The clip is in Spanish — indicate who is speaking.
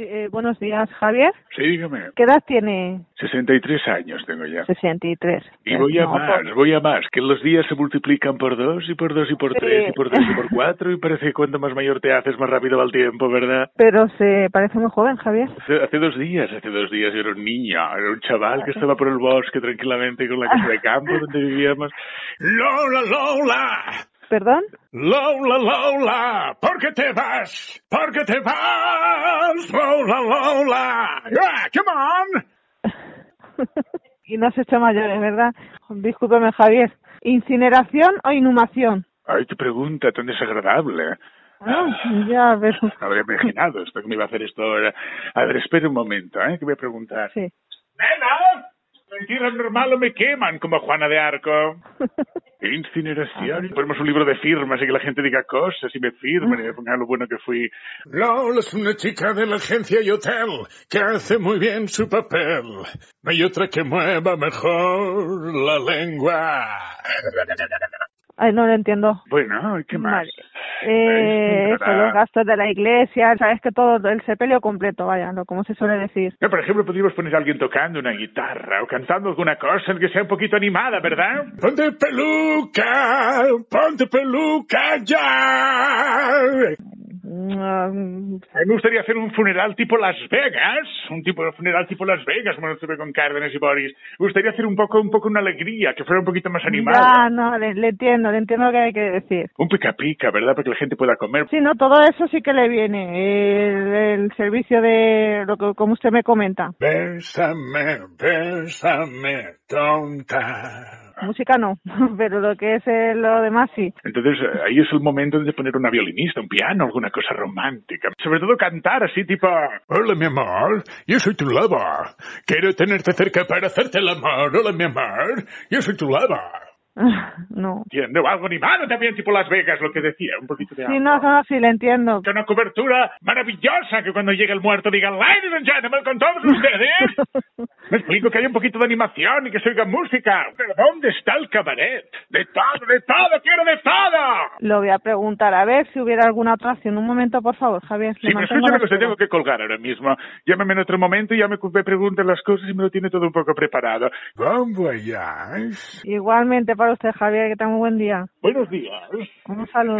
Speaker 1: Eh, buenos días, Javier.
Speaker 2: Sí, dígame.
Speaker 1: ¿Qué edad tiene?
Speaker 2: 63 años tengo ya.
Speaker 1: 63.
Speaker 2: Y voy a
Speaker 1: No, pues
Speaker 2: más,
Speaker 1: por-
Speaker 2: voy a más, que los días se multiplican por dos y por dos y por
Speaker 1: Sí.
Speaker 2: tres y por tres y por cuatro y parece que cuanto más mayor te haces más rápido va el tiempo, ¿verdad?
Speaker 1: Pero se parece muy joven, Javier.
Speaker 2: Hace, hace dos días, hace dos días yo era un niño, era un chaval que estaba por el bosque tranquilamente con la casa de campo donde vivíamos. Lola, Lola,
Speaker 1: ¿Perdón?
Speaker 2: Lola, Lola, ¿por qué te vas? ¿Por qué te vas? Lola, Lola, yeah, come on.
Speaker 1: y no has hecho mayores, ¿verdad? Discúlpeme, Javier. ¿Incineración o inhumación?
Speaker 2: Ay, tu pregunta tan desagradable.
Speaker 1: Ah, ya, pero...
Speaker 2: No había imaginado esto que me iba a hacer esto ahora. A ver, espera un momento, ¿eh? Que voy a preguntar.
Speaker 1: Sí.
Speaker 2: ¡Nena! ¿Me tiran normal o me queman como Juana de Arco? Incineración. Ponemos un libro de firmas y que la gente diga cosas y me firmen y me pongan lo bueno que fui. Lola es una chica de la agencia y hotel que hace muy bien su papel. No hay otra que mueva mejor la lengua.
Speaker 1: Ay, no lo entiendo.
Speaker 2: Bueno, ¿y ¿qué más?
Speaker 1: Vale. Eh,
Speaker 2: Es
Speaker 1: eso, los
Speaker 2: verdad.
Speaker 1: gastos de la iglesia, sabes que todo el sepelio completo, vaya, lo como se suele decir.
Speaker 2: No, Eh, por ejemplo, podríamos poner a alguien tocando una guitarra o cantando alguna cosa que sea un poquito animada, ¿verdad? ¡Ponte peluca! ¡Ponte peluca ya!
Speaker 1: Mm,
Speaker 2: A mí me gustaría hacer un funeral tipo Las Vegas, un tipo de funeral tipo Las Vegas, como estuve con Cárdenas y Boris. Me gustaría hacer un poco, un poco una alegría, que fuera un poquito más animada.
Speaker 1: Ya, no, le, le entiendo, le entiendo lo que hay que decir.
Speaker 2: Un pica pica, ¿verdad? Para que la gente pueda comer.
Speaker 1: Sí, no, todo eso sí que le viene. El, el servicio de lo que, como usted me comenta.
Speaker 2: Bésame, bésame, tonta.
Speaker 1: Música no, pero lo que es eh, lo demás sí.
Speaker 2: Entonces eh, ahí es el momento de poner una violinista, un piano, alguna cosa romántica. Sobre todo cantar así tipo... Hola mi amor, yo soy tu lover. Quiero tenerte cerca para hacerte el amor. Hola mi amor, yo soy tu lover.
Speaker 1: No.
Speaker 2: Entiendo, o algo animado también tipo Las Vegas, lo que decía, un poquito de...
Speaker 1: Sí, no, no, sí, le entiendo.
Speaker 2: Que Una cobertura maravillosa que cuando llegue el muerto digan Ladies and gentlemen, con todos ustedes. Me explico que hay un poquito de animación y que se oiga música. Pero ¿dónde está el cabaret? De todo, de todo, quiero de todo.
Speaker 1: Lo voy a preguntar a ver si hubiera alguna otra acción. Un momento, por favor, Javier. le
Speaker 2: Si me
Speaker 1: mantengo la
Speaker 2: escucha lo que os
Speaker 1: espera.
Speaker 2: tengo que colgar ahora mismo, llámame en otro momento y ya me, me preguntan las cosas y me lo tiene todo un poco preparado. Bon voyage.
Speaker 1: Igualmente para usted, Javier, que tenga un buen día.
Speaker 2: Buenos días.
Speaker 1: Un saludo.